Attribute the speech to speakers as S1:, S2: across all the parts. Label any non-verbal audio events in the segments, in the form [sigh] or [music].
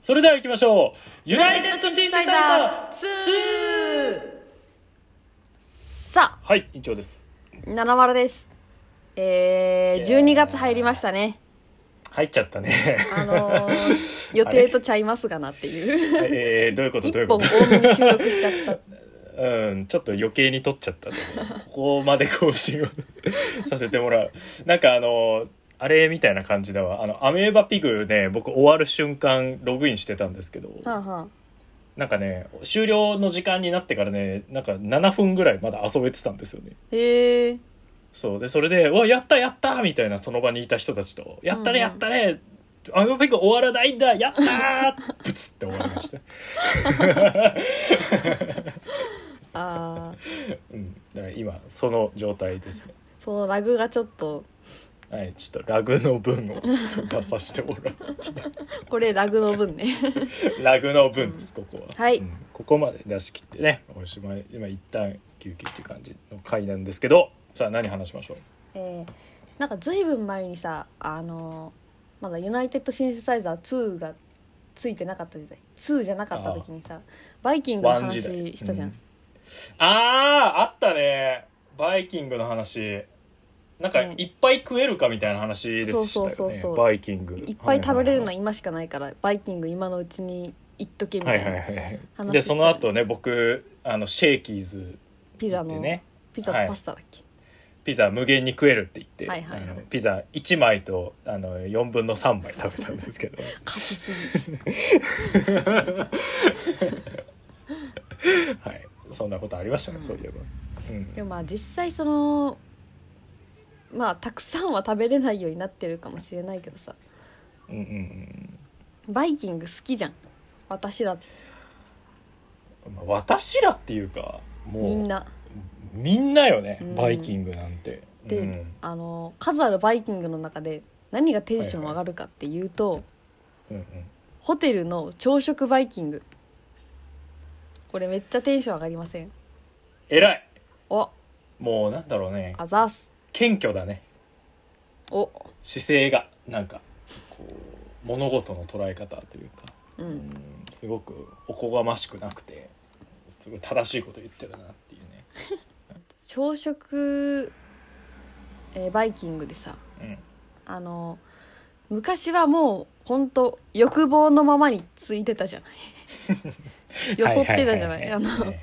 S1: それでは行きましょうユナイテッドシンセサイザー
S2: 2さ
S1: はい以上です
S2: あ七丸です
S1: イ
S2: えー、
S1: エーイ
S2: 12月入りましたね
S1: 入っちゃったね
S2: あの
S1: [laughs]
S2: ー、予定とちゃいますがなっていう
S1: えー、どういうことどうい
S2: 一
S1: うこ
S2: 本
S1: と
S2: 多めに収録しちゃった
S1: うんちょっと余計に取っちゃったと思うここまで更新をさせてもらうなんかあのあれみたいな感じだわあのアメーバピグね僕終わる瞬間ログインしてたんですけど
S2: はあは
S1: なんかね終了の時間になってからねなんか7分ぐらいまだ遊べてたんですよね
S2: あへえ
S1: そうでそれで「うわやったやった!」みたいなその場にいた人たちと「やったね
S2: うんう
S1: や
S2: ん
S1: ったね、アメバピグ終わらないんだやったー!」ブツって終わりま
S2: [laughs]
S1: した、
S2: あー
S1: うん、だから今その状態ですね
S2: そのラグがちょっと
S1: はい、ちょっとラグの分をちょっと出させてもらう
S2: これラグの分ね
S1: ラグの分ですここは、
S2: はい
S1: うんここまで出し切ってねおしまい今一旦休憩っていう感じの回なんですけどさあ何話しましょう
S2: えー、なんかずいぶん前にさあのーまだユナイテッドシンセサイザー2がついてなかった時代2じゃなかった時にさバイキングの
S1: ワン
S2: 話
S1: 時代
S2: したじゃん、
S1: うんあーあったねバイキングの話なんか
S2: ね
S1: いっぱい食えるかみたいな話でしたよね
S2: そうそうそうそう
S1: バイキング
S2: いっぱい食べれるの
S1: は
S2: は今しかないからバイキング今のうちに行っとけみた
S1: はい
S2: い
S1: はい
S2: な
S1: はいはい
S2: 話
S1: で
S2: してた
S1: その後ね僕あのシェーキーズ
S2: ピザ
S1: 行っ
S2: の
S1: てね
S2: ピザとパスタだっけ
S1: ピザ無限に食えるって言って、
S2: はいはいはい
S1: あのピザ1枚とあの4分の3枚食べたんですけど [laughs]
S2: かすすぎ
S1: はいそんなことありましたね、
S2: うん
S1: そういえば、うん
S2: でもまあ実際そのまあたくさんは食べれないようになってるかもしれないけどさ
S1: うんうん
S2: バイキング好きじゃん私ら
S1: うんまあ私らっていうかもう
S2: みんな
S1: みんなよね、
S2: うん
S1: バイキングなんて
S2: で、
S1: うん
S2: あの数あるバイキングの中で何がテンション上がるかっていうと、
S1: うんうん、
S2: ホテルの朝食バイキングこれめっちゃテンション上がりません
S1: 偉い
S2: お
S1: もうなんだろうね
S2: あざーす
S1: 謙虚だね
S2: お
S1: 姿勢がなんかこう物事の捉え方というか、
S2: う
S1: うんん、すごくおこがましくなくてすごい正しいこと言ってたなっていうね
S2: 朝食、えーバイキングでさ
S1: うん
S2: あの昔はもうほんと欲望のままについてたじゃない [laughs] よそってたじゃないあの
S1: はいはいはい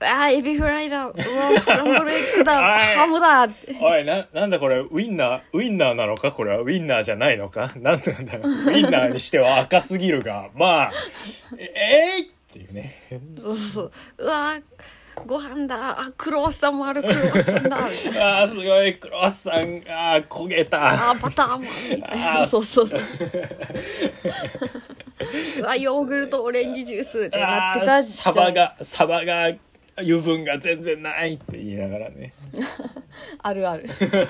S2: あーエビフライだうわースクランブルエッグ [laughs] だ
S1: はい
S2: ハムだって
S1: おいななんだこれウインナーウインナーなのかこれはウインナーじゃないのかなんなんだウインナーにしては赤すぎるがまあええいっていうね
S2: そうそううわーご飯だあクロワッサンもあるクロワッサン
S1: [laughs]
S2: だみたいな
S1: あーすごいクロワッサンが焦げた
S2: あーバターもあるみたい
S1: あ
S2: な
S1: ー
S2: そうそうそううわヨーグルトオレンジジュースって
S1: あ
S2: なって
S1: ー
S2: た
S1: サ
S2: じゃな
S1: バ
S2: いです
S1: がサ
S2: か
S1: バが油分が全然ないって言いながらね
S2: あるある
S1: 確かに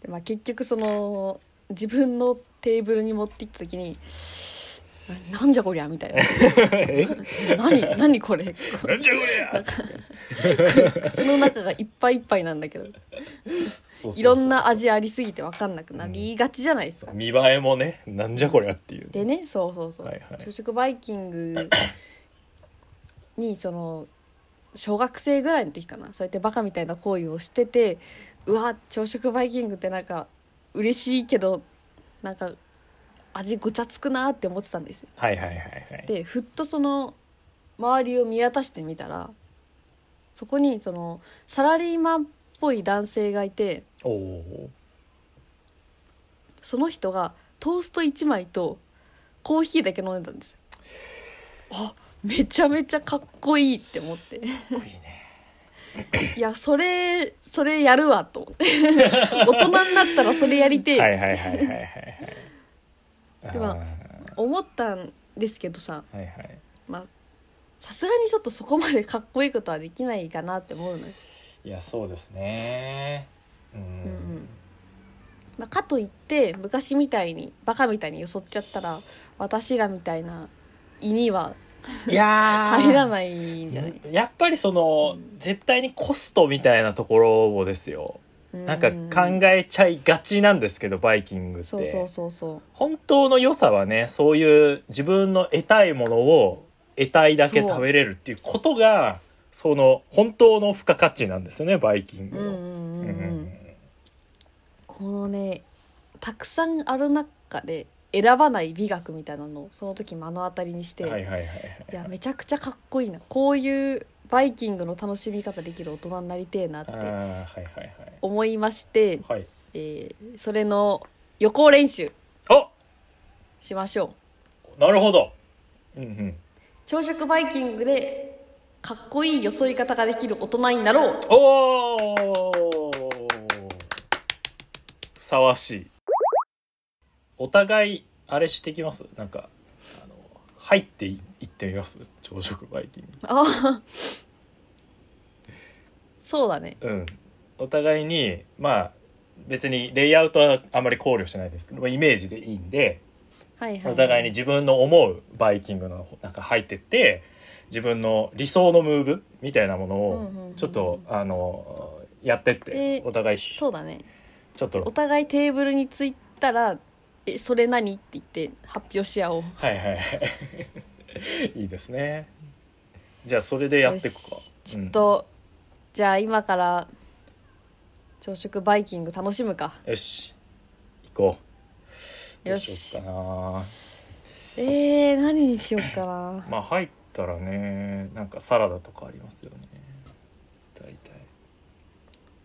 S2: で、まあ、結局その自分のテーブルに持って行った時に「ななんじゃこりゃ」みたい [laughs] な「何何これ
S1: なんじゃこりゃ
S2: 口の中がいっぱいいっぱいなんだけど
S1: そうそうそう
S2: いろんな味ありすぎて分かんなくなりがちじゃないですか。
S1: 見栄えもねなんじゃこりゃっていう
S2: でねそうそうそう、
S1: はいはい
S2: 朝食バイキングにその小学生ぐらいの時かなそうやってバカみたいな行為をしててうわ朝食バイキングってなんか嬉しいけどなんか味ごちゃつくなって思ってたんですよ。
S1: はいはいはいはい
S2: でふっとその周りを見渡してみたらそこにそのサラリーマンっぽい男性がいて
S1: おお
S2: その人がトースト1枚とコーヒーだけ飲んでたんですよあめちゃめちゃかっこいいって思っ
S1: ー
S2: て
S1: かっこいいね
S2: いやそれそれやるわと思って大人になったらそれやりてえ、
S1: はいはいはいはいはいはい
S2: でも
S1: あー
S2: 思ったんですけどさ
S1: はいはい
S2: まあさすがにちょっとそこまでかっこいいことはできないかなって思うのよ、
S1: いやそうですねうん、
S2: うんうんまあ、かといって昔みたいにバカみたいによそっちゃったら私らみたいな胃にはい
S1: やー
S2: 入らないんじゃない
S1: やっぱりその、絶対にコストみたいなところをですよなんか考えちゃいがちなんですけどバイキングって
S2: そうそうそうそう
S1: 本当の良さはねそういう自分の得たいものを得たいだけ食べれるっていうことがその本当の付加価値なんですよねバイキング
S2: うんう
S1: の。
S2: ん
S1: う
S2: う
S1: う
S2: んんうんんこのねたくさんある中で選ばない美学みたいなのをその時目の当たりにして、
S1: はいはい
S2: い、
S1: はいはい
S2: やめちゃくちゃかっこいいなこういうバイキングの楽しみ方できる大人になりてえなっ
S1: あー
S2: て
S1: はいはい
S2: 思いまして、
S1: はいはい
S2: えーそれの予行練習
S1: あ
S2: しましょう
S1: なるほどうんうん
S2: 朝食バイキングでかっこいい装い方ができる大人になろう
S1: おおふさわしいお互いあれしてきますなんかあの入ってい行ってみます朝食バイキング
S2: あー [laughs] そうだね
S1: うん、お互いにまあ別にレイアウトはあまり考慮してないですけどまあイメージでいいんで
S2: はいはい、
S1: お互いに自分の思うバイキングの中入ってって自分の理想のムーブみたいなもの
S2: うんうんうんう
S1: を
S2: ん
S1: ちょっとあのやってって
S2: で
S1: お互いち
S2: そうだね
S1: ょっ
S2: お
S1: と
S2: 互いテーブルについたら「えそれ何?」って言って発表し合おう
S1: はいはいはいい [laughs] いですねじゃあそれでやっていくか
S2: よしちょっ、と、じゃあ今から朝食バイキング楽しむか
S1: うんよし行こうど
S2: よ
S1: うし
S2: し
S1: ようかな
S2: えー、何にしようかな
S1: まあ入ったらねなんかサラダとかありますよね大体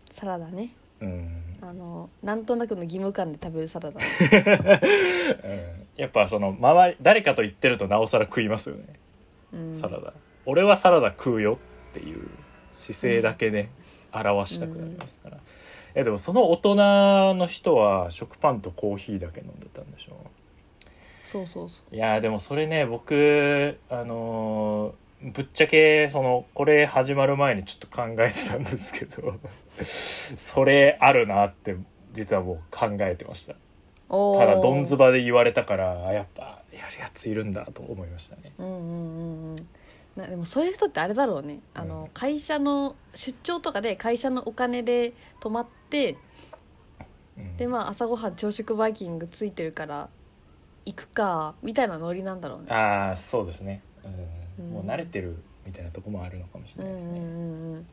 S2: サラダね
S1: うん、
S2: あのなんとなくの義務感で食べるサラダ
S1: うん、やっぱその周り誰かと言ってるとなおさら食いますよね
S2: うん
S1: サラダ、俺はサラダ食うよっていう姿勢だけで表したくなりますから、いやでもその大人の人は食パンとコーヒーだけ飲んでたんでしょ
S2: そうそうそう
S1: いやーでもそれね僕あのーぶっちゃけそのこれ始まる前にちょっと考えてたんですけど [laughs] それあるなって実はもう考えてました
S2: おー
S1: ただどんずばで言われたからあやっぱやるやついるんだと思いましたね
S2: うんうんうんうんなでもそういう人ってあれだろうねあの、
S1: うん
S2: 会社の出張とかで会社のお金で泊まって
S1: うん
S2: でまあ朝ごはん朝食バイキングついてるから行くかみたいなノリなんだろうね
S1: ああそうですね、うん
S2: うん
S1: もう慣れてるみたいなとこもあるのかもし
S2: う
S1: れな
S2: んう
S1: い
S2: ん
S1: ですね、
S2: うんうん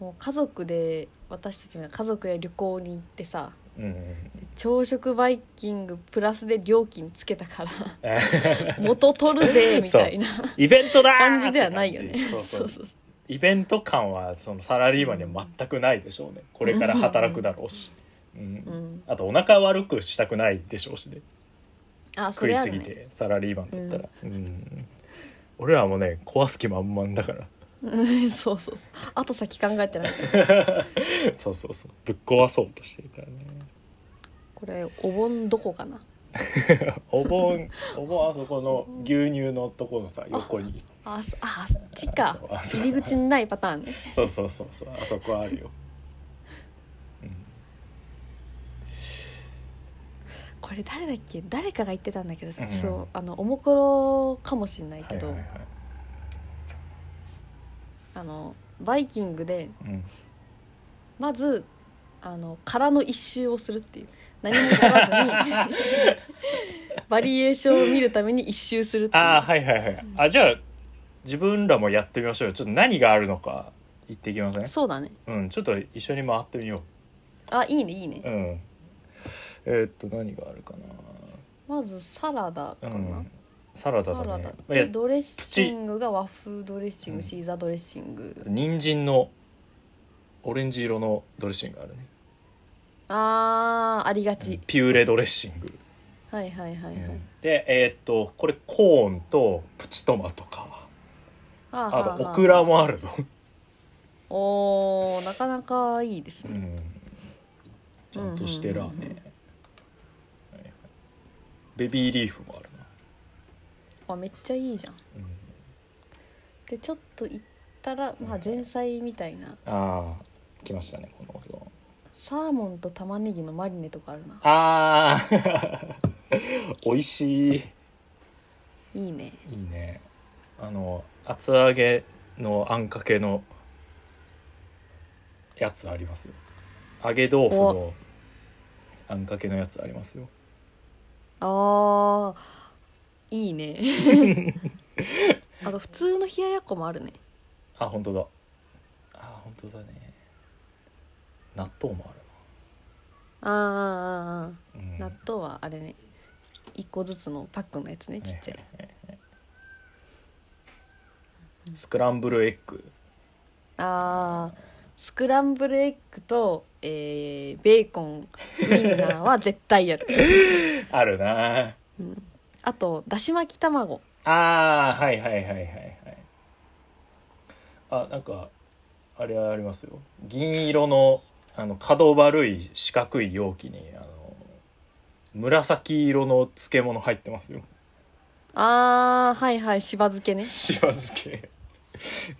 S2: もう家族で私たちが家族で旅行に行ってさ
S1: うんうん
S2: で朝食バイキングプラスで料金つけたから
S1: えー
S2: 元取るぜみたいな
S1: [laughs] イベントだー
S2: 感じではないよね
S1: って感じ
S2: [laughs] そうそう
S1: イベント感はそのサラリーマンには全くないでしょうねこれから働くだろうし、うん
S2: うん
S1: あとお腹悪くしたくないでしょうしね
S2: あそ
S1: 食い
S2: れあ
S1: すぎ
S2: るね
S1: てサラリーマンだったら、うん俺らもね壊す気満々だから [laughs]
S2: うん [laughs] そうそうそうあと先考えてない
S1: そうそうそうぶっ壊そうとしてるからね
S2: これお盆どこかな
S1: お [laughs] 盆お盆あそこの牛乳のとこのさ横に [laughs]
S2: あそああっちか
S1: そうあそう
S2: 入り口にないパターンね
S1: そうそうそうそうあそこあるよ、うん
S2: これ誰だっけ誰かが言ってたんだけどさ、
S1: うん
S2: ちょっとあのおもころかもしれない
S1: は
S2: け
S1: い
S2: ど、
S1: はいはい
S2: あのバイキングで
S1: うん
S2: まずあの空の一周をするっていう何も買
S1: [laughs]
S2: わずにバリエーションを見るために一周するっていう
S1: ああはいはいはい、あじゃあ自分らもやってみましょうよちょっと何があるのか言ってきません
S2: そうだね
S1: うんちょっと一緒に回ってみよ
S2: あいいねいいね
S1: ううんえーっと何があるか
S2: まずサラダ
S1: な
S2: か
S1: う
S2: な、
S1: んサラダ
S2: サ
S1: だ
S2: ラ
S1: ね
S2: ダ
S1: いや
S2: でドレッシングが和風ドレッシン
S1: うん
S2: グシーザードレッシング、
S1: 人参のオレンジ色のドレッシングあるね、
S2: あーあり
S1: う
S2: が
S1: ん
S2: ち、
S1: ピューレドレッシング、
S2: はいはいはいはい、
S1: でえーっとこれコーンとプチトマトか
S2: あー
S1: あ
S2: はー
S1: と
S2: はー
S1: オクラもあ
S2: [laughs]
S1: るぞ
S2: おーなかなかいいです
S1: う
S2: ね、
S1: んちゃんとしてラー
S2: うんうん
S1: メ
S2: うん
S1: ン
S2: うん
S1: ベビーリーフもあるな、
S2: あめっちゃいいじゃんでちょっと行ったら、まあ、前菜みたいな
S1: ああ来ましたねこのお像
S2: サーモンと玉ねぎのマリネとかあるな
S1: ああ [laughs] 美味しい
S2: いいね
S1: いいねあの厚揚げのあんかけのやつありますよ揚げ豆腐のあんかけのやつありますよ
S2: あーいいね
S1: [laughs]
S2: あと普通の冷ややっこもあるね
S1: あ本当だあ本当だね納豆もあ
S2: あーあーあー
S1: るな、うん
S2: 納豆はあれね一個ずつのパックのやつねちっちゃい
S1: スクランブルエッグ
S2: あースクランブルエッグと、えーベーコンウインナーは絶
S1: [laughs]
S2: 対やる
S1: あるな
S2: あとだし巻き卵
S1: あーはいはいはいはいはいあなんかあれありますよ銀色のあの角丸い四角い容器にあの紫色の漬物入ってますよ
S2: あーはいはいしば漬けね
S1: しば漬け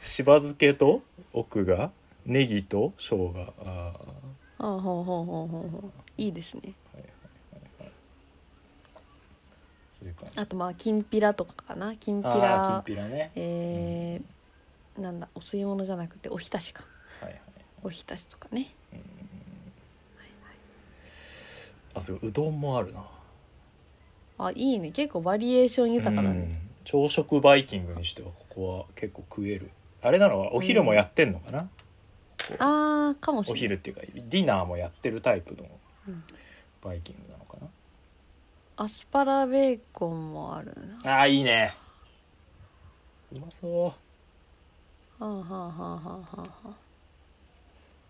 S1: しば漬けと奥がネギと生姜あ
S2: ほうほうほうほうほうほういいですね
S1: ーそういう感じ
S2: あとまあきんぴらとかかなきんぴ
S1: あー
S2: ら
S1: きんぴらね
S2: えーなんだお吸い物じゃなくておひたしか
S1: はいはい
S2: おひたしとかね
S1: あすごいうどんもあるな
S2: あいいね結構バリエーション豊かだ
S1: う
S2: ね
S1: ん朝食バイキングにしてはここは結構食えるあれなのはお昼もやってんのかな、
S2: あーかもし
S1: お
S2: れない
S1: 昼っていうかディナーもやってるタイプの
S2: うん
S1: バイキングなのかな、
S2: アスパラベーコンもあるな
S1: ああいいねうまそ
S2: はあはあはあはあはあ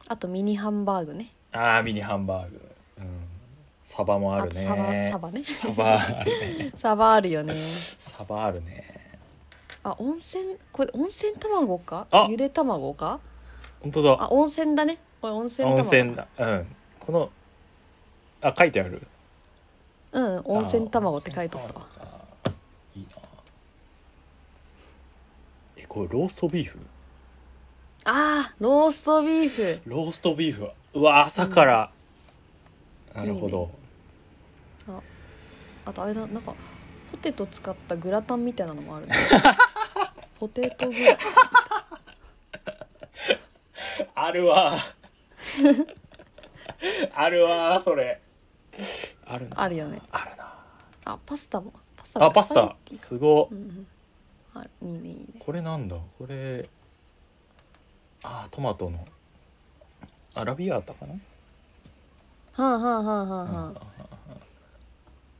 S2: あとミニハンバーグね
S1: うああミニハンバーグ、うん、サバもある
S2: と
S1: ね
S2: サバサバね [laughs]
S1: サバあるね
S2: サバあるよね
S1: サバあるね
S2: あ温泉これ温泉卵か
S1: あ
S2: ゆで卵か
S1: 本当だ
S2: あ温泉だねこれ温泉卵
S1: 温泉だうんこのあ書いてある
S2: うん温泉卵って書いとった
S1: あ
S2: わ
S1: 温泉卵かいいなえこれローストビーフ
S2: あーローストビーフ
S1: ローストビーフはうわ朝から、なるほ
S2: いい
S1: ど
S2: あとあれだなんかポテト使ったグラタンみたいなのも
S1: [laughs]
S2: あるねポテトグラタン
S1: ある [laughs] わあるわそれあるな
S2: あるよね
S1: あるな
S2: あパスタもパスタ
S1: あパス
S2: パ
S1: タ
S2: ゲッティか
S1: すごっ
S2: うんうんあるいいねいいね
S1: これなんだこれあトマトのアラビアータかな
S2: はあはあはあはあはあ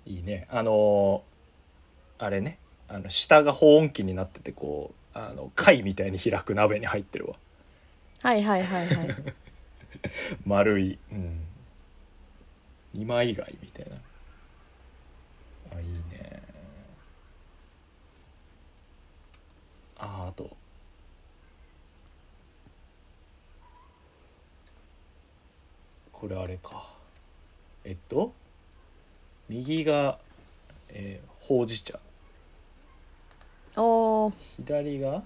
S1: いいねあのーあれねあの下が保温器になっててこうあの貝みたいに開く鍋に入ってるわ
S2: はいはいはいはい
S1: [laughs] 丸い、うん、二枚貝みたいなあいいねああとこれあれかえっと右が、えーほうじ茶
S2: おー
S1: 左が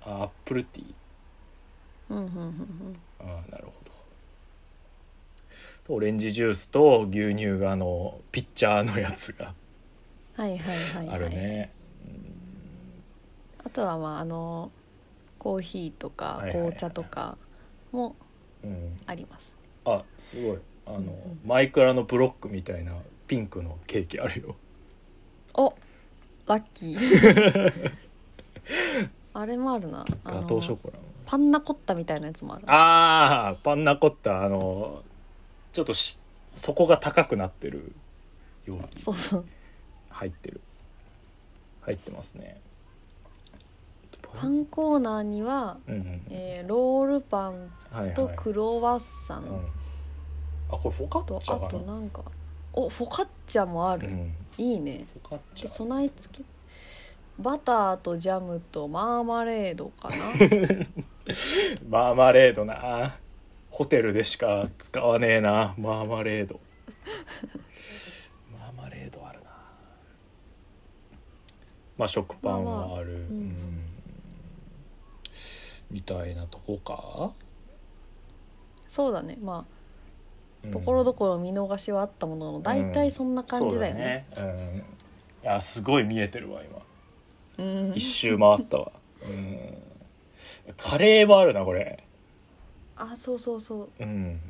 S1: あアップルティー
S2: うんうんうんうん
S1: ああなるほどとオレンジジュースと牛乳があのピッチャーのやつが
S2: はいはいはい、はい、
S1: あるね、
S2: あとはまああのコーヒーと
S1: はい
S2: か
S1: はいはい
S2: 紅茶とかも
S1: うん、
S2: あります、
S1: あすごいあの、
S2: うんうん
S1: マイクラのブロックみたいなピンクのケーキあるよ
S2: おラッキー
S1: [laughs]
S2: あれもあるな
S1: ガ
S2: あの
S1: トーショコラの
S2: パンナコッタみたいなやつもある
S1: ああパンナコッタあのちょっとし底が高くなってる容器
S2: そうそう
S1: 入ってる入ってますね
S2: パンコーナーには、
S1: うんうん
S2: えーロールパン
S1: はいはい
S2: とクロワッサ
S1: う
S2: ン
S1: ん、あこれフォカ
S2: と、
S1: ッチャ
S2: あ
S1: か
S2: と
S1: な
S2: なんかおフォカッチャもある、
S1: うん
S2: いいね
S1: フォカッチ
S2: で
S1: ャ
S2: 備え付けバターとジャムとマーマレードか
S1: [laughs]
S2: な
S1: マーマレードなホテルでしか使わねえなマーマレードマーマレードあるなまあ食パンはある、
S2: うん
S1: うんみたいなとこか、
S2: そうだねま
S1: うん
S2: あところどころ見逃しはあったものの大体そんな感じだよね,、
S1: そうだねうんいやすごい見えてるわ今
S2: うん
S1: 一周回ったわ、うん、カレーもあるなこれ
S2: あそうそうそう
S1: うん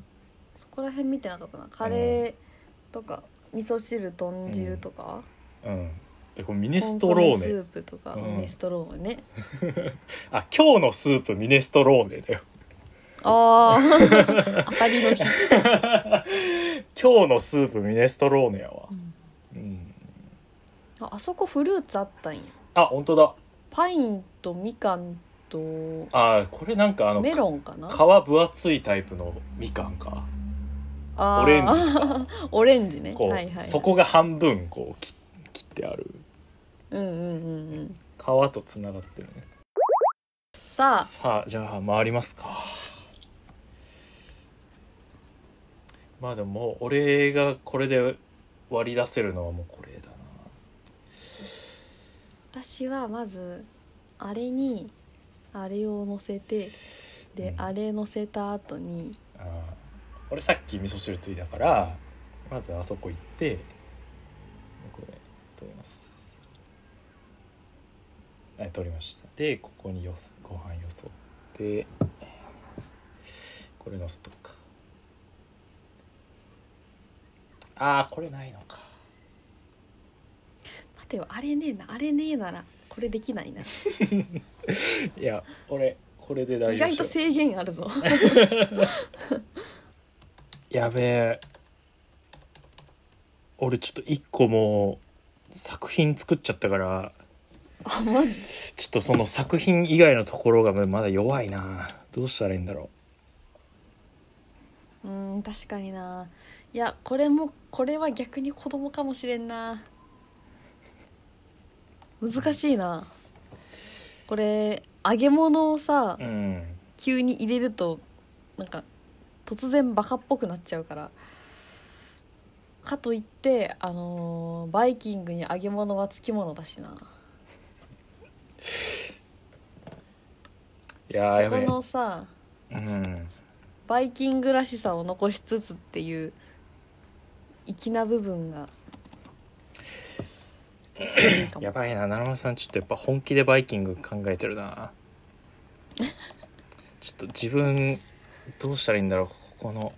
S2: そこら辺見てなかったなカレーとか味噌汁豚汁とか、
S1: うんえこれミネ
S2: コ
S1: ス
S2: ン
S1: ト
S2: ソ
S1: ロ
S2: メ
S1: ー
S2: ス
S1: ネ
S2: ープとか、
S1: うん
S2: ミネストロー
S1: [laughs]
S2: ネ
S1: あ今日のスープミネストローネだよ
S2: ああ当たりの
S1: [laughs]
S2: 日、
S1: 今日のスープミネストローネやわ、
S2: うん
S1: うん、
S2: ああそこフルーツあったんや
S1: あ本当だ
S2: パインとみかんと
S1: あこれなんかあの
S2: メロンかな
S1: 皮分厚いタイプのみかんか
S2: あー
S1: オレンジ
S2: [laughs] オレンジね
S1: こう、
S2: はいはい、はい、
S1: そこが半分こう切切ってある
S2: うんうんうんうん
S1: 皮とつながってるね
S2: さあ
S1: さあじゃあ回りますかまあでももう俺がこれで割り出せるのはもうこれだな
S2: 私はまずあれにあれを乗せてで、
S1: うん
S2: あれ乗せた後に
S1: ああ俺さっき味噌汁ついだからまずあそこ行ってこれ取りますはい取りましたでここによすご飯よそってこれのすとくかああこれないのか
S2: 待てよあれねえなあれねえならこれできないない
S1: や俺これで大
S2: 意
S1: 丈夫
S2: 外と制限あ
S1: [laughs]
S2: るぞ
S1: やべえ俺ちょっと一個もう作品作っちゃったから
S2: あマジ
S1: ちょっとその作品以外のところがまだ弱いなどうしたらいいんだろ
S2: うーん確かにないやこれもこれは逆に子供かもしれんな難しいなこれ揚げ物をさ
S1: ううん
S2: 急に入れるとなんか突然バカっぽくなっちゃうからかといってあのーバイキングに揚げ物はつきものだしない
S1: やー
S2: そ
S1: や
S2: こ
S1: べえ
S2: のさ
S1: うん
S2: バイキングらしさを残しつつっていう粋な部分がいいかも
S1: やばいな七丸さんちょっとやっぱ本気でバイキング考えてる
S2: [laughs]
S1: なちょっと自分どうしたらいいんだろうここの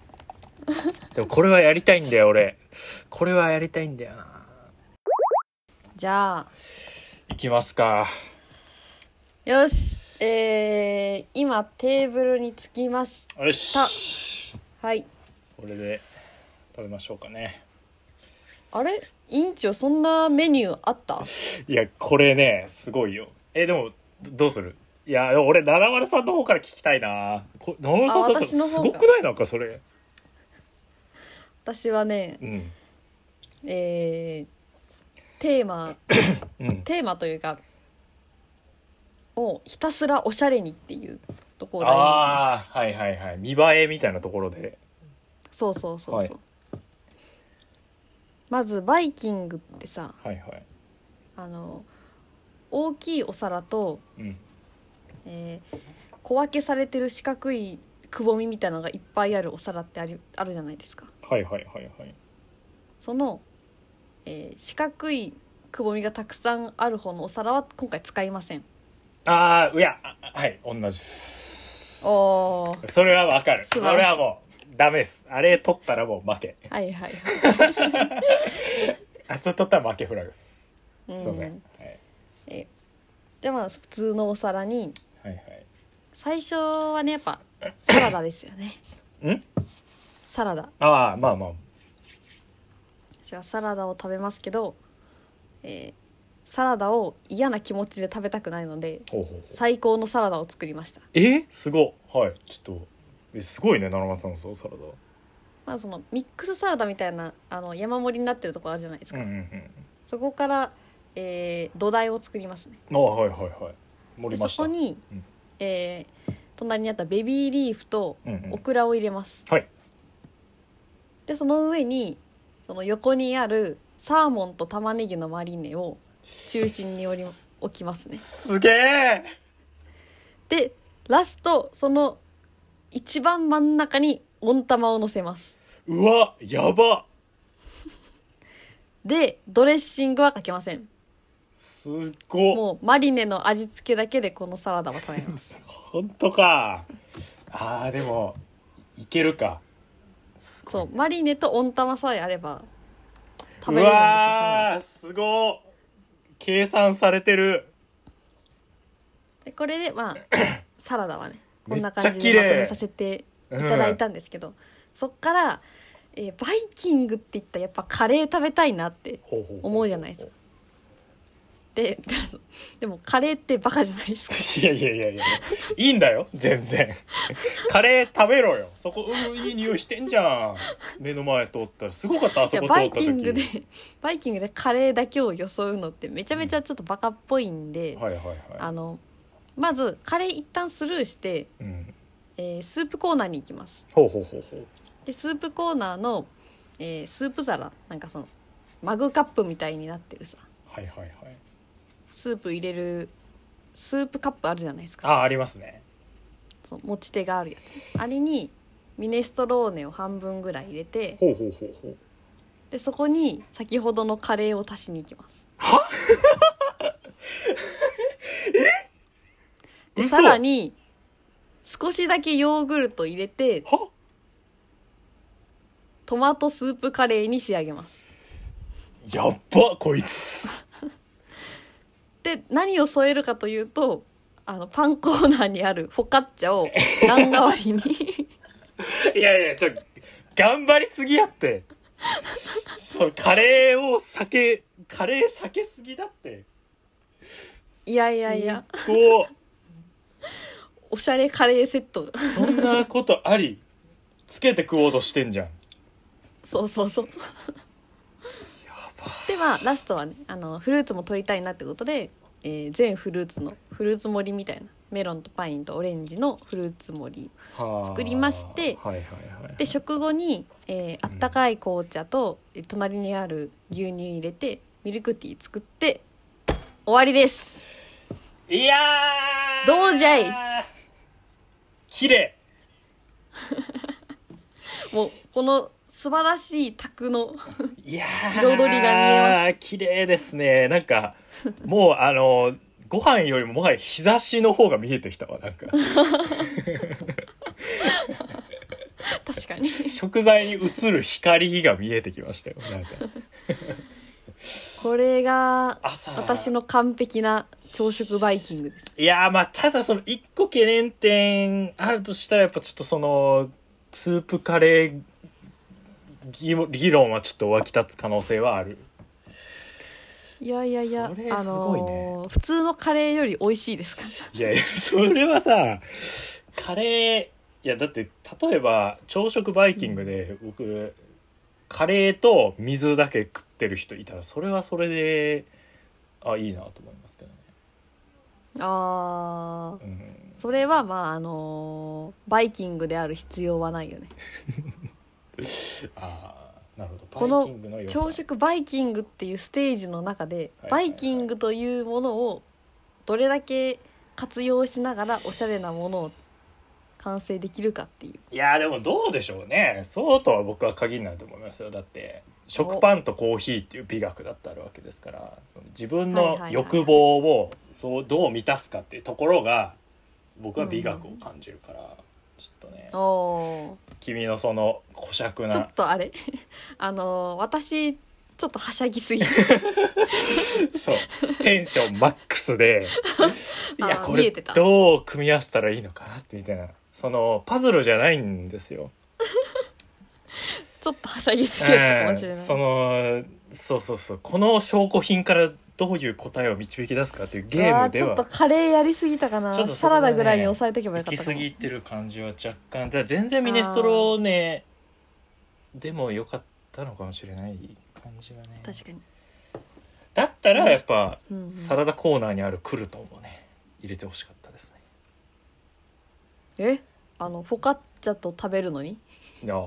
S1: でもこれはやりたいんだよ俺これはやりたいんだよな
S2: じゃあ
S1: いきますか
S2: よしえー、今テーブルにつきまし
S1: よし
S2: はい
S1: これで食べましょうかね
S2: あれ委員長そんなメニューあった
S1: いやこれねすごいよえでもどどうするいやでも俺七丸さんの方から聞きたいなこ七丸さんだったら
S2: あ私の方
S1: す
S2: か
S1: ごくないなんかそれ
S2: 私はね
S1: うん
S2: えー、テーマ
S1: うん
S2: テーマというかをひたすらおしゃれにっていうところを大事にしました
S1: ああーはいはいはい見栄えみたいなところで
S2: そうそうそうそ
S1: はい
S2: う、まずバイキングってさ
S1: はいはい
S2: あの大きいお皿と、
S1: うん
S2: えー小分けされてる四角いくぼみみたいなのがいっぱいあるお皿ってあるあるじゃないですか
S1: はいはいはいはい
S2: その、えー四角いくぼみがたくさんある方のお皿は今回使いません
S1: ああいやあはい同じです
S2: おー
S1: それはわかるそ
S2: 素
S1: れ
S2: 晴らし
S1: は
S2: い
S1: もうダメですあれ取ったらもう負け
S2: はいはいはい
S1: あそれ取ったら負けフラグです
S2: う
S1: すいません、
S2: ん
S1: はい、
S2: でまあ普通のお皿に
S1: はいはい
S2: 最初はねやっぱサラダですよね
S1: ん
S2: サラダ
S1: ああまあまあ
S2: じゃあサラダを食べますけど、えーサラダを嫌な気持ちで食べたくないので
S1: ほうほうほう
S2: 最高のサラダを作りました
S1: えすごいはいちょっとえすごいね七松さんのそのサラダ
S2: まあそのミックスサラダみたいなあの山盛りになってるとこあるじゃないですか、
S1: うんうん
S2: そこから、えー土台を作りますね
S1: うんあはいはいはい盛
S2: で
S1: りま
S2: そ
S1: した
S2: こに、
S1: うん
S2: えー隣にあったベビーリーフと
S1: うんうん
S2: オクラを入れます、
S1: はい
S2: でその上にその横にあるサーモンと玉ねぎのマリネを中心におり [laughs] 置きますね
S1: すげえ
S2: でラストその一番真ん中に温玉を乗せます
S1: うわやば
S2: でドレッシングはかけません
S1: すっご
S2: もうマリネの味付けだけでこのサラダは食べます
S1: ほんとかあーでもいけるかすごい
S2: そうマリネと温玉さえあれば食べ
S1: う
S2: れるんですよ
S1: わーすごっ計算されてる
S2: でこれでま
S1: [coughs]
S2: あサラダはねこ
S1: めっ
S2: ん
S1: ちゃ
S2: な感じ
S1: 綺
S2: で
S1: 麗
S2: まとめさせていただいたんですけど、そっから、えーバイキングって言ったらやっぱカレー食べたいなって思うじゃないです
S1: か
S2: で [laughs] でもカレーってバカじゃないです
S1: [laughs]
S2: か
S1: いやいやいやいやいいんだよ全然カレー食べろよそこうんいい匂いしてんじゃん目の前通ったらすごかったあ
S2: い
S1: そ
S2: や
S1: こ通った
S2: バイ
S1: 時
S2: キングでバイキングでカレーだけを装うのってめちゃめちゃちょっとバカっぽいんで、
S1: はいはいは
S2: あのまずカレー一旦スルーして、
S1: い、うん、
S2: えースープコーナーに行きます
S1: ほうほうほうほう
S2: でスープコーナーの、えースープ皿なんかそのマグカップみたいになってるさ
S1: はいはいはい
S2: スープ入れるスープカップあるじゃないですか
S1: あありますね
S2: そう持ち手があるやつあれにミネストローネを半分ぐらい入れて
S1: ほうほうほうほう
S2: でそこに先ほどのカレーを足しに行きます
S1: は
S2: で
S1: 嘘
S2: さらに少しだけヨーグルト入れて
S1: は
S2: トマトスープカレーに仕上げます
S1: やっばこいつ
S2: で何を添えるかというとあのパンコーナーにあるフォカッチャを段代わり [laughs] に
S1: いやいやちょ頑張りすぎやってそうカレーを避けカレー避けすぎだって
S2: いやいやいや
S1: こう
S2: おしゃれカレーセットが
S1: そんなことありつけて食おうとしてんじゃん
S2: そうそうそうでまあラストはねあのフルーツも取りたいなってことで、えー全フルーツのフルーツ盛りみたいなメロンとパインとオレンジのフルーツ盛り
S1: はあ
S2: 作りまして
S1: はいはいはい
S2: で食後に、えーあったかい紅茶と、えー隣にある牛乳入れてミルクティー作って終わりです
S1: いやー
S2: どうじゃい
S1: 綺麗
S2: もうこの素晴らしい卓の
S1: いや
S2: 彩りが見え
S1: ます綺麗ですねなんかもうあのご飯よりももはや日差しの方が見えてきたわなんか
S2: [laughs] 確かに
S1: 食材に映る光が見えてきましたよなんか
S2: これが
S1: 朝
S2: 私の完璧な朝食バイキングです
S1: いやーまあただその一個懸念点あるとしたらやっぱちょっとそのスープカレー議議論はちょっと湧き立つ可能性はある
S2: いやいやいや、
S1: それ
S2: あ
S1: すごいね
S2: のー普通のカレーより美味しいですから
S1: いやいやそれはさカレーいやだって例えば朝食バイキングで僕カレーと水だけ食ってる人いたらそれはそれであいいなと思いますけどね、
S2: あー
S1: うん、
S2: それはまああのーバイキングである必要はないよね
S1: ああなるほ
S2: こ
S1: どバイ
S2: の
S1: キングの良さ
S2: 朝食バイキングっていうステージの中で
S1: はいは
S2: バ
S1: いはい
S2: イキングというものをどれだけ活用しながらおしゃれなものを完成できるかっていう
S1: いやーでもどうでしょうねそうとは僕は限らないと思いますよだって食パンとコーヒーっていう美学だってあるわけですからその自分の欲望をそうどう満たすかっていうところが僕は美学を感じるから、ちょっとね
S2: お
S1: 君のその小尺
S2: ーちょ
S1: な
S2: っとあれ [laughs] あのー私ちょっとはしゃぎす [laughs] ぎ
S1: そうテンションマックスでいや
S2: [laughs] あー
S1: こ
S2: 見
S1: れ
S2: えてた
S1: どう組み合わせたらいいのかなってみたいなそのパズルじゃないんですよ。
S2: ちょっとはしゃぎすぎだったかもしれ
S1: え
S2: な
S1: え
S2: い
S1: そのそうそうそうこの証拠品からどういう答えを導き出すかというゲー
S2: あ
S1: ムで
S2: ちょっ
S1: は
S2: とカレーやりすぎたかな、
S1: ちょっとそ
S2: サ
S1: こが
S2: ラ
S1: ね
S2: ダぐらいに抑えとけば
S1: 行
S2: よかっ
S1: き
S2: たか
S1: 過
S2: も
S1: ぎてる感じは若干だから全然ミネストローネでもよかったのかもしれない感じはね
S2: 確かに、
S1: だったらやっぱ
S2: うんうん
S1: サラダコーナーにあるクルトンもね入れてほしかったですね
S2: えあのフォカッチャと食べるのに
S1: いやあ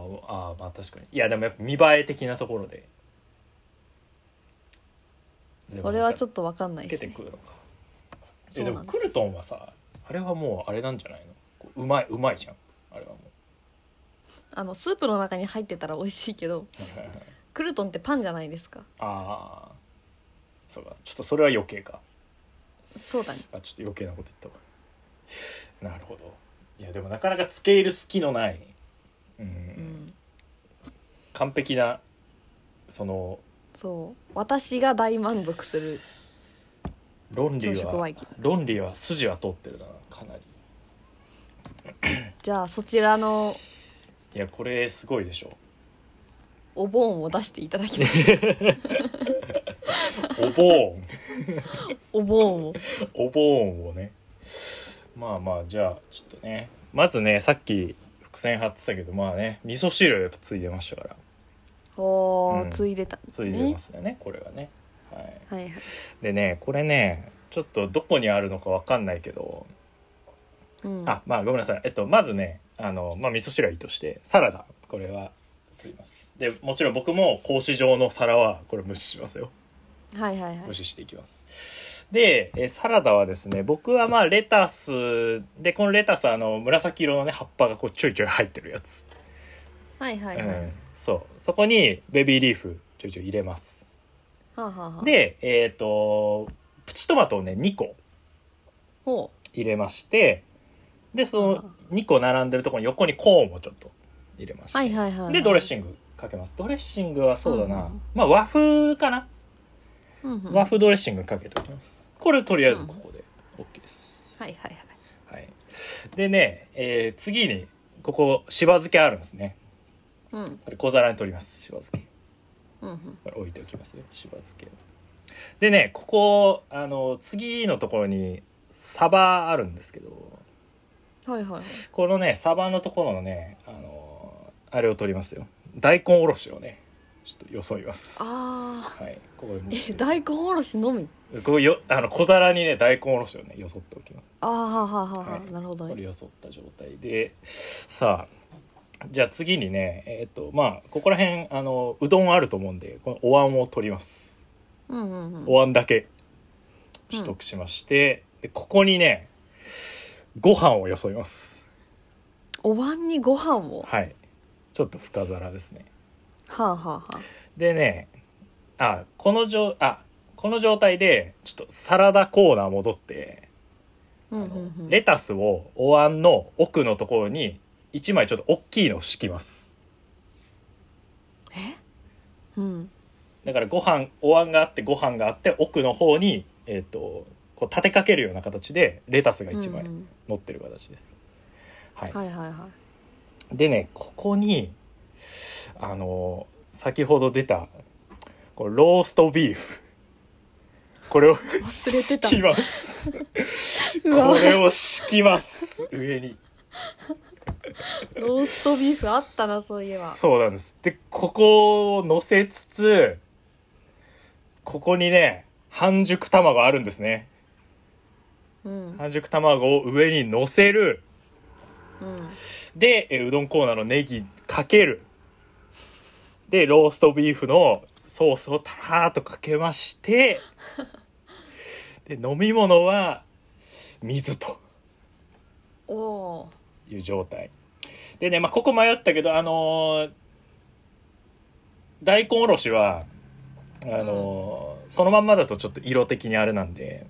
S1: あまあ確かにいやでもやっぱ見栄え的なところで
S2: それはち
S1: ょっと
S2: ょっと分かんない
S1: つけ
S2: です
S1: て
S2: ね
S1: くるのか
S2: そ
S1: え
S2: う
S1: で
S2: なんだ
S1: もクルトンはさあれはもうあれなんじゃないのこううまいうまいじゃんあれはも
S2: あのスープの中に入ってたら美味しいけど
S1: う
S2: クルトンってパンじゃないですか
S1: [laughs] ああそうかちょっとそれは余計か
S2: そうだね
S1: あちょっと余計なこと言ったわなるほどいやでもなかなかつけ入る隙のないうん、
S2: うん
S1: 完璧なその
S2: そう私が大満足
S1: [laughs]
S2: する
S1: 論理
S2: 朝食
S1: は
S2: バイキング
S1: 論理は筋は通ってるなかなり
S2: じゃあそちらの
S1: いやこれすごいでしょ
S2: お盆を出していただきます
S1: [laughs] お盆
S2: お盆を
S1: お盆をねまあまあじゃあちょっとねまずねさっき伏線張ってたけどまあね味噌汁やっぱついでましたから
S2: おー、
S1: うん
S2: ついでたんです
S1: つい
S2: ね
S1: でますよねこれはね、はい、
S2: はいはい
S1: でねこれねちょっとどこにあるのかわかんないけど
S2: うん、
S1: あまあごめんなさいえっとまずねあのまあ味噌汁はいいとしてサラダこれは取りますでもちろん僕も格子状の皿はこれ無視しますよ
S2: はいはいはい
S1: 無視していきますでえサラダはですね僕はまあレタスでこのレタスはあの紫色のね葉っぱがこうちょいちょい入ってるやつ、
S2: はいはいはい、
S1: う
S2: は
S1: ん、そうそこにベビーリーフちょいちょい入れます
S2: あはあはあ
S1: でえっ、とプチトマトをね2個
S2: ほ
S1: 入れましてでその2個並んでるところに横にコーンをちょっと入れまし
S2: う
S1: て、
S2: はいはいはいはい
S1: でドレッシングかけますドレッシングはそうだな、
S2: うん
S1: まあ和風かな、
S2: うんうん
S1: 和風ドレッシングかけておきますこれとりあえずここで OK です、
S2: はいはいはい
S1: はい、でね、えー次にここしば漬けあるんですね
S2: うんうん
S1: これ小皿に取りますしば漬け
S2: うん
S1: これ置いておきますよしば漬けでねここあの次のところにサバあるんですけど
S2: はいはいはい
S1: このねサバのところのねあのーあれを取りますよ大根おろしをねちょっとよそいますは
S2: あ
S1: いここでも
S2: ーえ大根おろしのみ
S1: こうよあの小皿にね大根おろしをねよそっておきます
S2: ああはあはあはあ、は
S1: はい
S2: あなるほど
S1: これ
S2: ね
S1: よそった状態でさあじゃあ次にねえっ、とまあここら辺あのうどんあると思うんでこのお椀を取ります
S2: うんうんうん
S1: お椀だけ取得しまして、でここにねご飯をよそいます
S2: お椀にご飯を
S1: はいちょっと深皿ですね
S2: はあはあはあ
S1: でねあこのじょあこの状態でちょっとサラダコーナー戻って、
S2: うんう
S1: あ
S2: ん
S1: の
S2: うん
S1: レタスをお椀の奥のところに1枚ちょっと大きいのを敷きます
S2: うん
S1: だからご飯お椀があってご飯があって奥の方にえっ、とこう立てかけるような形でレタスが1枚
S2: うんうん
S1: 乗ってる形です、はい、
S2: はいはいはい
S1: でねここにあの先ほど出たこうローストビーフこれを
S2: 忘れてた
S1: 敷きますこ
S2: [laughs] うわ
S1: れを敷きます上に
S2: ローストビーフあったなそういえば
S1: そうなんですでここを乗せつつここにね半熟卵あるんですね
S2: うん
S1: 半熟卵を上に乗せる
S2: うん
S1: でえうどんコーナーのネギかけるでローストビーフのソースをたらーっとかけましてで飲み物は水と
S2: おお
S1: いう状態でね、まあ、ここ迷ったけどあのー大根おろしはあのーそのまんまだとちょっと色的にあれなんで、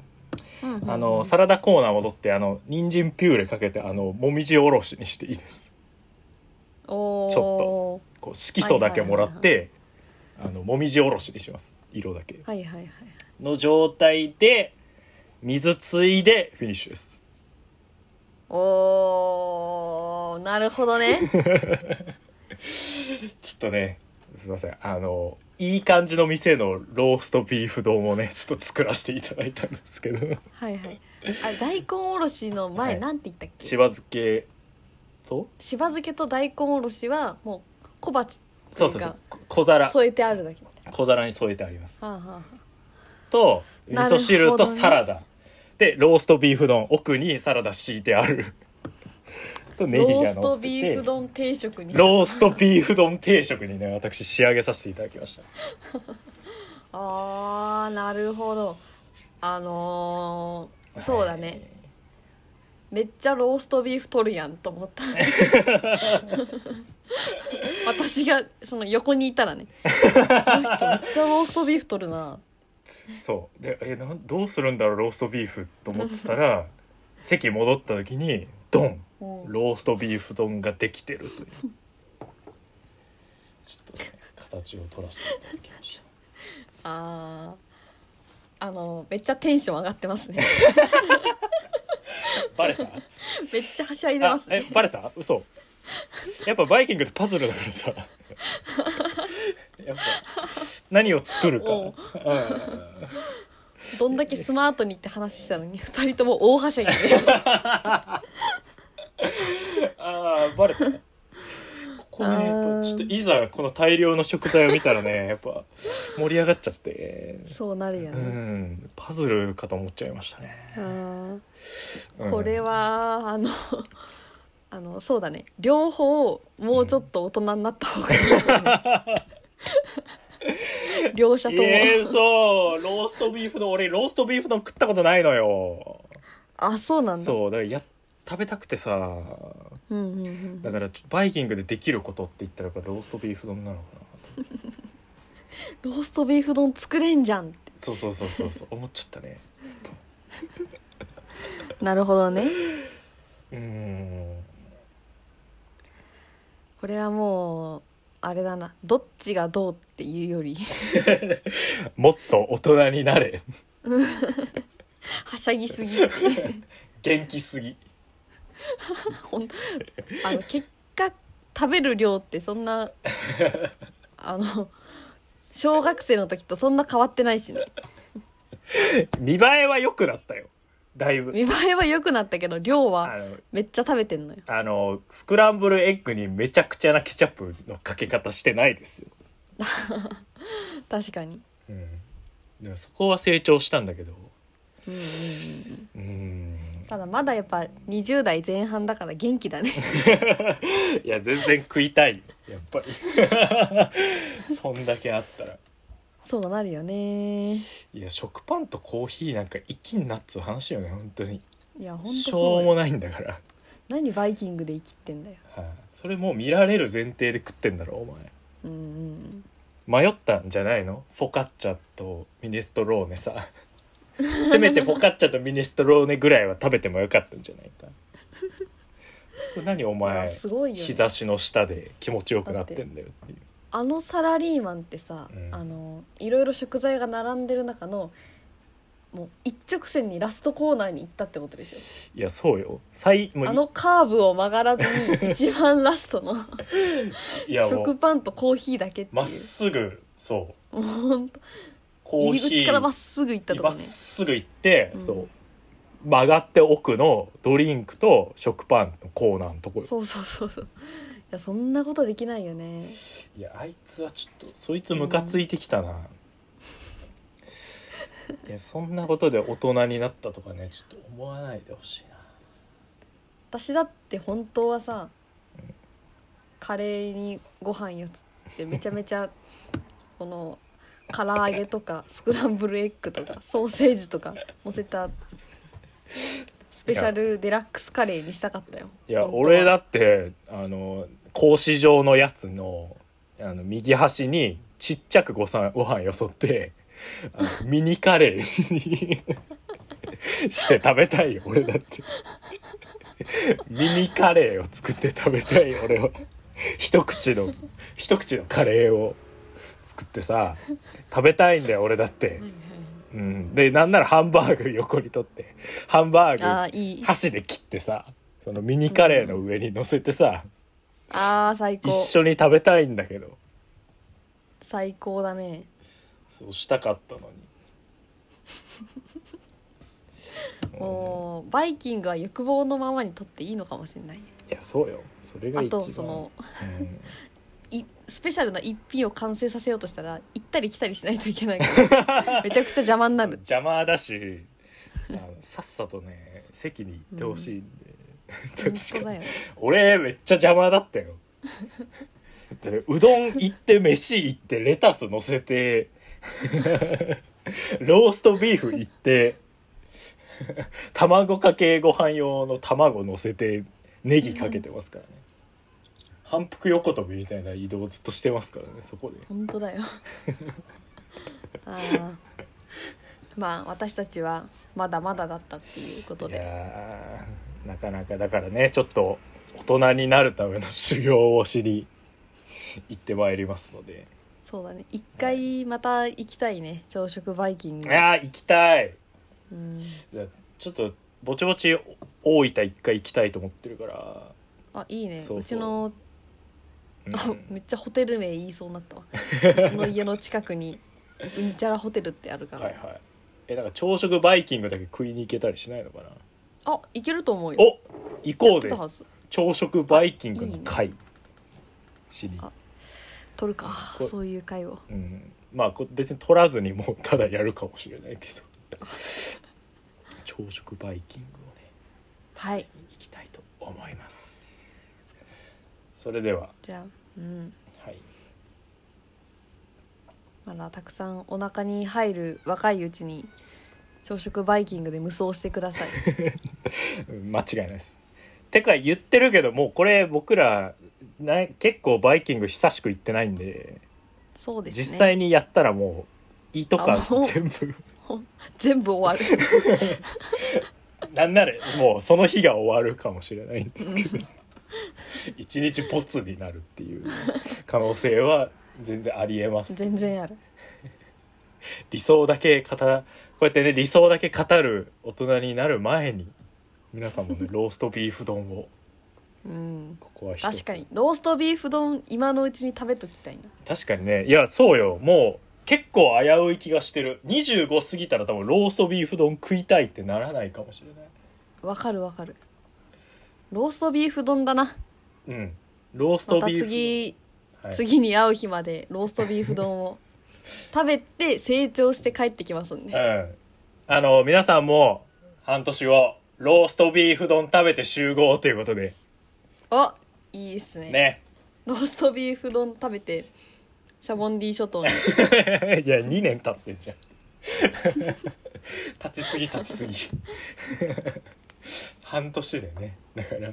S2: ーうんうんうん
S1: あのサラダコーナー戻ってあの人参ピューレかけてあのもみじおろしにしていいです
S2: おー
S1: ちょこう色素だけもらって、あのもみじおろしにします色だけ
S2: はいはいはい
S1: の状態で水ついでフィニッシュです
S2: おーなるほど [laughs] ね
S1: ちょっとねすいませんあのいい感じの店のローストビーフ丼をねちょっと作らせていただいたんです
S2: [laughs]
S1: けど
S2: はいはいあ大根おろしの前、
S1: はい
S2: なんて言ったっけ
S1: しば漬けと
S2: しば漬けと大根おろしはもう小鉢と
S1: そ
S2: いうう
S1: そうそう
S2: か
S1: こ小皿
S2: 添えてあるだけみたい
S1: 小皿に添えてあります
S2: なはあはあは
S1: と味
S2: なるほ
S1: 噌汁と
S2: どね
S1: サラダ、でローストビーフ丼奥にサラダ敷いてある [laughs] と
S2: あ
S1: ネ
S2: ロ
S1: ギ
S2: ー
S1: が
S2: ス
S1: 乗
S2: ト
S1: ってて
S2: ビーフ丼定食に
S1: ローストビーフ丼定食にね私仕上げさせていただきました
S2: あーなるほどあのーそうだね、めっちゃローストビーフ取るやんと思った
S1: [laughs]
S2: 私がその横にいたらねこの人めっちゃローストビーフ取るな
S1: はいそうでえなんどうするんだろうローストビーフと思ってたら席戻った時にドン
S2: もう
S1: ローストビーフ丼ができてるというちょっとね形を取らせていただきました
S2: あーあのめっちゃテンション上がってます
S1: [laughs]
S2: ね
S1: バレた
S2: めっちゃはしゃいでます
S1: あ
S2: ね
S1: えバレた嘘やっぱバイキングってパズルだからさやっぱ何を作るか、
S2: お
S1: うん
S2: うどんだけスマートにって話してたのに二人とも大はしゃぎで
S1: [laughs] ああバレたここねやっぱちょっといざこの大量の食材を見たら
S2: [laughs]
S1: ねやっぱ盛り上がっちゃって
S2: そうなるよ
S1: う
S2: ね、
S1: んパズルかと思っちゃいましたね、
S2: あー
S1: うん
S2: これは
S1: [laughs]
S2: あのあのそうだね両方もうちょっと大人になった方がいいと思
S1: [laughs]
S2: う両者とも、
S1: ええそうローストビーフの俺ローストビーフの食ったことないのよ
S2: あそうなんだう、
S1: そうだからや食べたくてさ
S2: んうんうん、
S1: だからちょバイキングでできることって言ったらやっぱローストビーフ丼なのかな
S2: ローストビーフ丼作れんじゃんって
S1: そうそうそうそうそう思っちゃったね
S2: なるほどね
S1: うーん
S2: これはもうあれだなどっちがどうっていうより
S1: もっと大人になれ
S2: はしゃぎすぎっていう
S1: 元気すぎ
S2: ほんあの結果食べる量ってそんな [laughs] あの小学生の時とそんな変わってないしね
S1: 見栄えは良くなったよだいぶ
S2: 見栄えは良くなったけど量
S1: あ
S2: は
S1: の
S2: めっちゃ食べてんのよ
S1: あのスクランブルエッグにめちゃくちゃなケチャップのかけ方してないですよ、
S2: 確かに
S1: うん、でもそこは成長したんだけど
S2: うんうんうん
S1: うーん
S2: ただまだやっぱ20代前半だから元気だね [laughs]
S1: いや全然食いたいよやっぱり [laughs] そんだけあったら
S2: そうなるよねい
S1: いや食パンとコーヒーなんか一気になっつう話よね本当に
S2: やほんと
S1: し
S2: そ
S1: ょう
S2: うだよ
S1: もないんだから
S2: 何バイキングで生きてんだよ
S1: はい、それもう見られる前提で食ってんだろお
S2: うんうん
S1: 前迷ったんじゃないのフォカッチャとミネストローネさ [laughs] せめてフォカッチャとミネストローネぐらいは食べてもよかったんじゃないかそこ何お
S2: いや
S1: 前
S2: すごいよね
S1: 日差しの下で気持ちよくなってんだよっていう
S2: あのサラリーマンってさ、
S1: うん
S2: あのいろいろ食材が並んでる中のもう一直線にラストコーナーに行ったってことでしょ
S1: いやそうよ最もうい
S2: あのカーブを曲がらずに一番ラストの
S1: [laughs] いやも
S2: 食
S1: う
S2: パンとコーヒーだけってい
S1: ま
S2: う
S1: っすぐそう
S2: もうほんと
S1: コー
S2: 入り
S1: ヒー
S2: 口からまっすぐ行ったと
S1: ま
S2: こ
S1: っ
S2: ね
S1: すぐ行って、
S2: うん
S1: そう曲がって奥のドリンクと食パンのコーナーのとこよ
S2: そうそうそうそういやそんなことできないよね
S1: いやあいつはちょっとそいつムカついてきたな、いやそんなことで大人になったとかねちょっと思わないでほしいな
S2: 私だって本当はさカレーにご飯よってめちゃめちゃこの唐揚げとかスクランブルエッグとかソーセージとか乗せたスペシャルデラックスカレーにしたかったよ
S1: いや
S2: 本当は
S1: 俺だってあの格子状のやつのあの右端にちっちゃくごさんご飯よそってあのミニカレーに [laughs] して食べたいよ俺だってミニカレーを作って食べたいよ俺は一口の一口のカレーを作ってさ食べたいんだよ俺だって、うん、でなんならハンバーグ横に取ってハンバーグ
S2: ああいい
S1: 箸で切ってさそのミニカレーの上に乗せてさ、
S2: ああ最高
S1: 一緒に食べたいんだけど
S2: 最高だね
S1: そうしたかったのにうん
S2: もうバイキングは欲望のままにとっていいのかもしれない
S1: いやそうよそれが
S2: あ
S1: 一番
S2: とその
S1: うん
S2: いスペシャルな一品を完成させようとしたら行ったり来たりしないといけないか
S1: [laughs]
S2: らめちゃくちゃ邪魔になる
S1: 邪魔だ
S2: [laughs]
S1: しあのさっさとね席に行ってほしいんで、
S2: 本当
S1: [laughs] 確か
S2: だ
S1: に
S2: よ
S1: 俺めっちゃ邪魔だったよだってうどん行って飯行ってレタス乗せてローストビーフ行って卵かけご飯用の卵乗せてネギかけてますからね反復横跳びみたいな移動をずっとしてますからねそこで
S2: 本当だよあ
S1: [laughs]
S2: ーまあ私たちはまだまだだったっていうこと
S1: い
S2: で
S1: やーなかなかだからねちょっと大人になるための修行をしに行ってまいりますので
S2: そうだね一回また行きたいね朝食バイキング
S1: いやー行きたい
S2: うん
S1: ちょっとぼちぼち大分一回行きたいと思ってるから、
S2: あいいね
S1: そうそう
S2: うちの [laughs]
S1: う
S2: あ
S1: ん、
S2: めっちゃホテル名言いそうになった
S1: [laughs]
S2: わうちの家の近くにうんちゃらホテルってあるから、
S1: はいはいえなんか朝食バイキングだけ食いに行けたりしないのかな
S2: あ行けると思うよ
S1: お行こうぜ
S2: やってたはず
S1: 朝食バイキングの会知り
S2: あ取るか
S1: こ
S2: そういう会を
S1: うんまあこ別に取らずにもうただやるかもしれないけど [laughs] 朝食バイキングをね
S2: はい
S1: 行きたいと思いますそれでは
S2: じゃあうん
S1: はい
S2: まだたくさんお腹に入る若いうちに朝食バイキングで無双して
S1: [laughs]
S2: ください
S1: うん間違いないですてか言ってるけどもうこれ僕らな結構バイキング久しく行ってないんで
S2: そうですね
S1: 実際にやったらもう胃とか
S2: あもう
S1: 全部
S2: 全部終わる [laughs]
S1: なんならもうその日が終わるかもしれないんですけど [laughs] 一日ボツになるっていう可能性は全然ありえます
S2: 全然ある
S1: 理想だけ語らこうやってね理想だけ語る大人になる前に皆さんもねローストビーフ丼を [laughs]
S2: うん
S1: ここは一つ
S2: 確かにローストビーフ丼今のうちに食べときたいな
S1: 確かにねいやそうよもう結構危うい気がしてる25過ぎたら多分ローストビーフ丼食いたいってならないかもしれない
S2: わかるわかるローストビーフ丼だな
S1: うんロース
S2: ま
S1: ト
S2: た
S1: ビーフ
S2: 次、
S1: はい
S2: 次に会う日までローストビーフ丼
S1: [laughs]
S2: を食べて成長して帰ってきますんで
S1: うんあの皆さんも半年後ローストビーフ丼食べて集合ということで
S2: あいいですね
S1: ね
S2: ローストビーフ丼食べてシャボンディ諸島
S1: [laughs]
S2: に
S1: いや2年経ってん [laughs] じゃん立ちすぎ立ちすぎ [laughs] 半年でねだから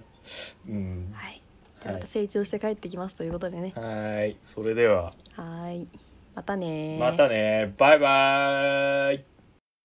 S1: うん
S2: はいじゃあまた成長して帰ってきますということでね
S1: はーいそれでは
S2: はーいまたねー
S1: またねバイバーイ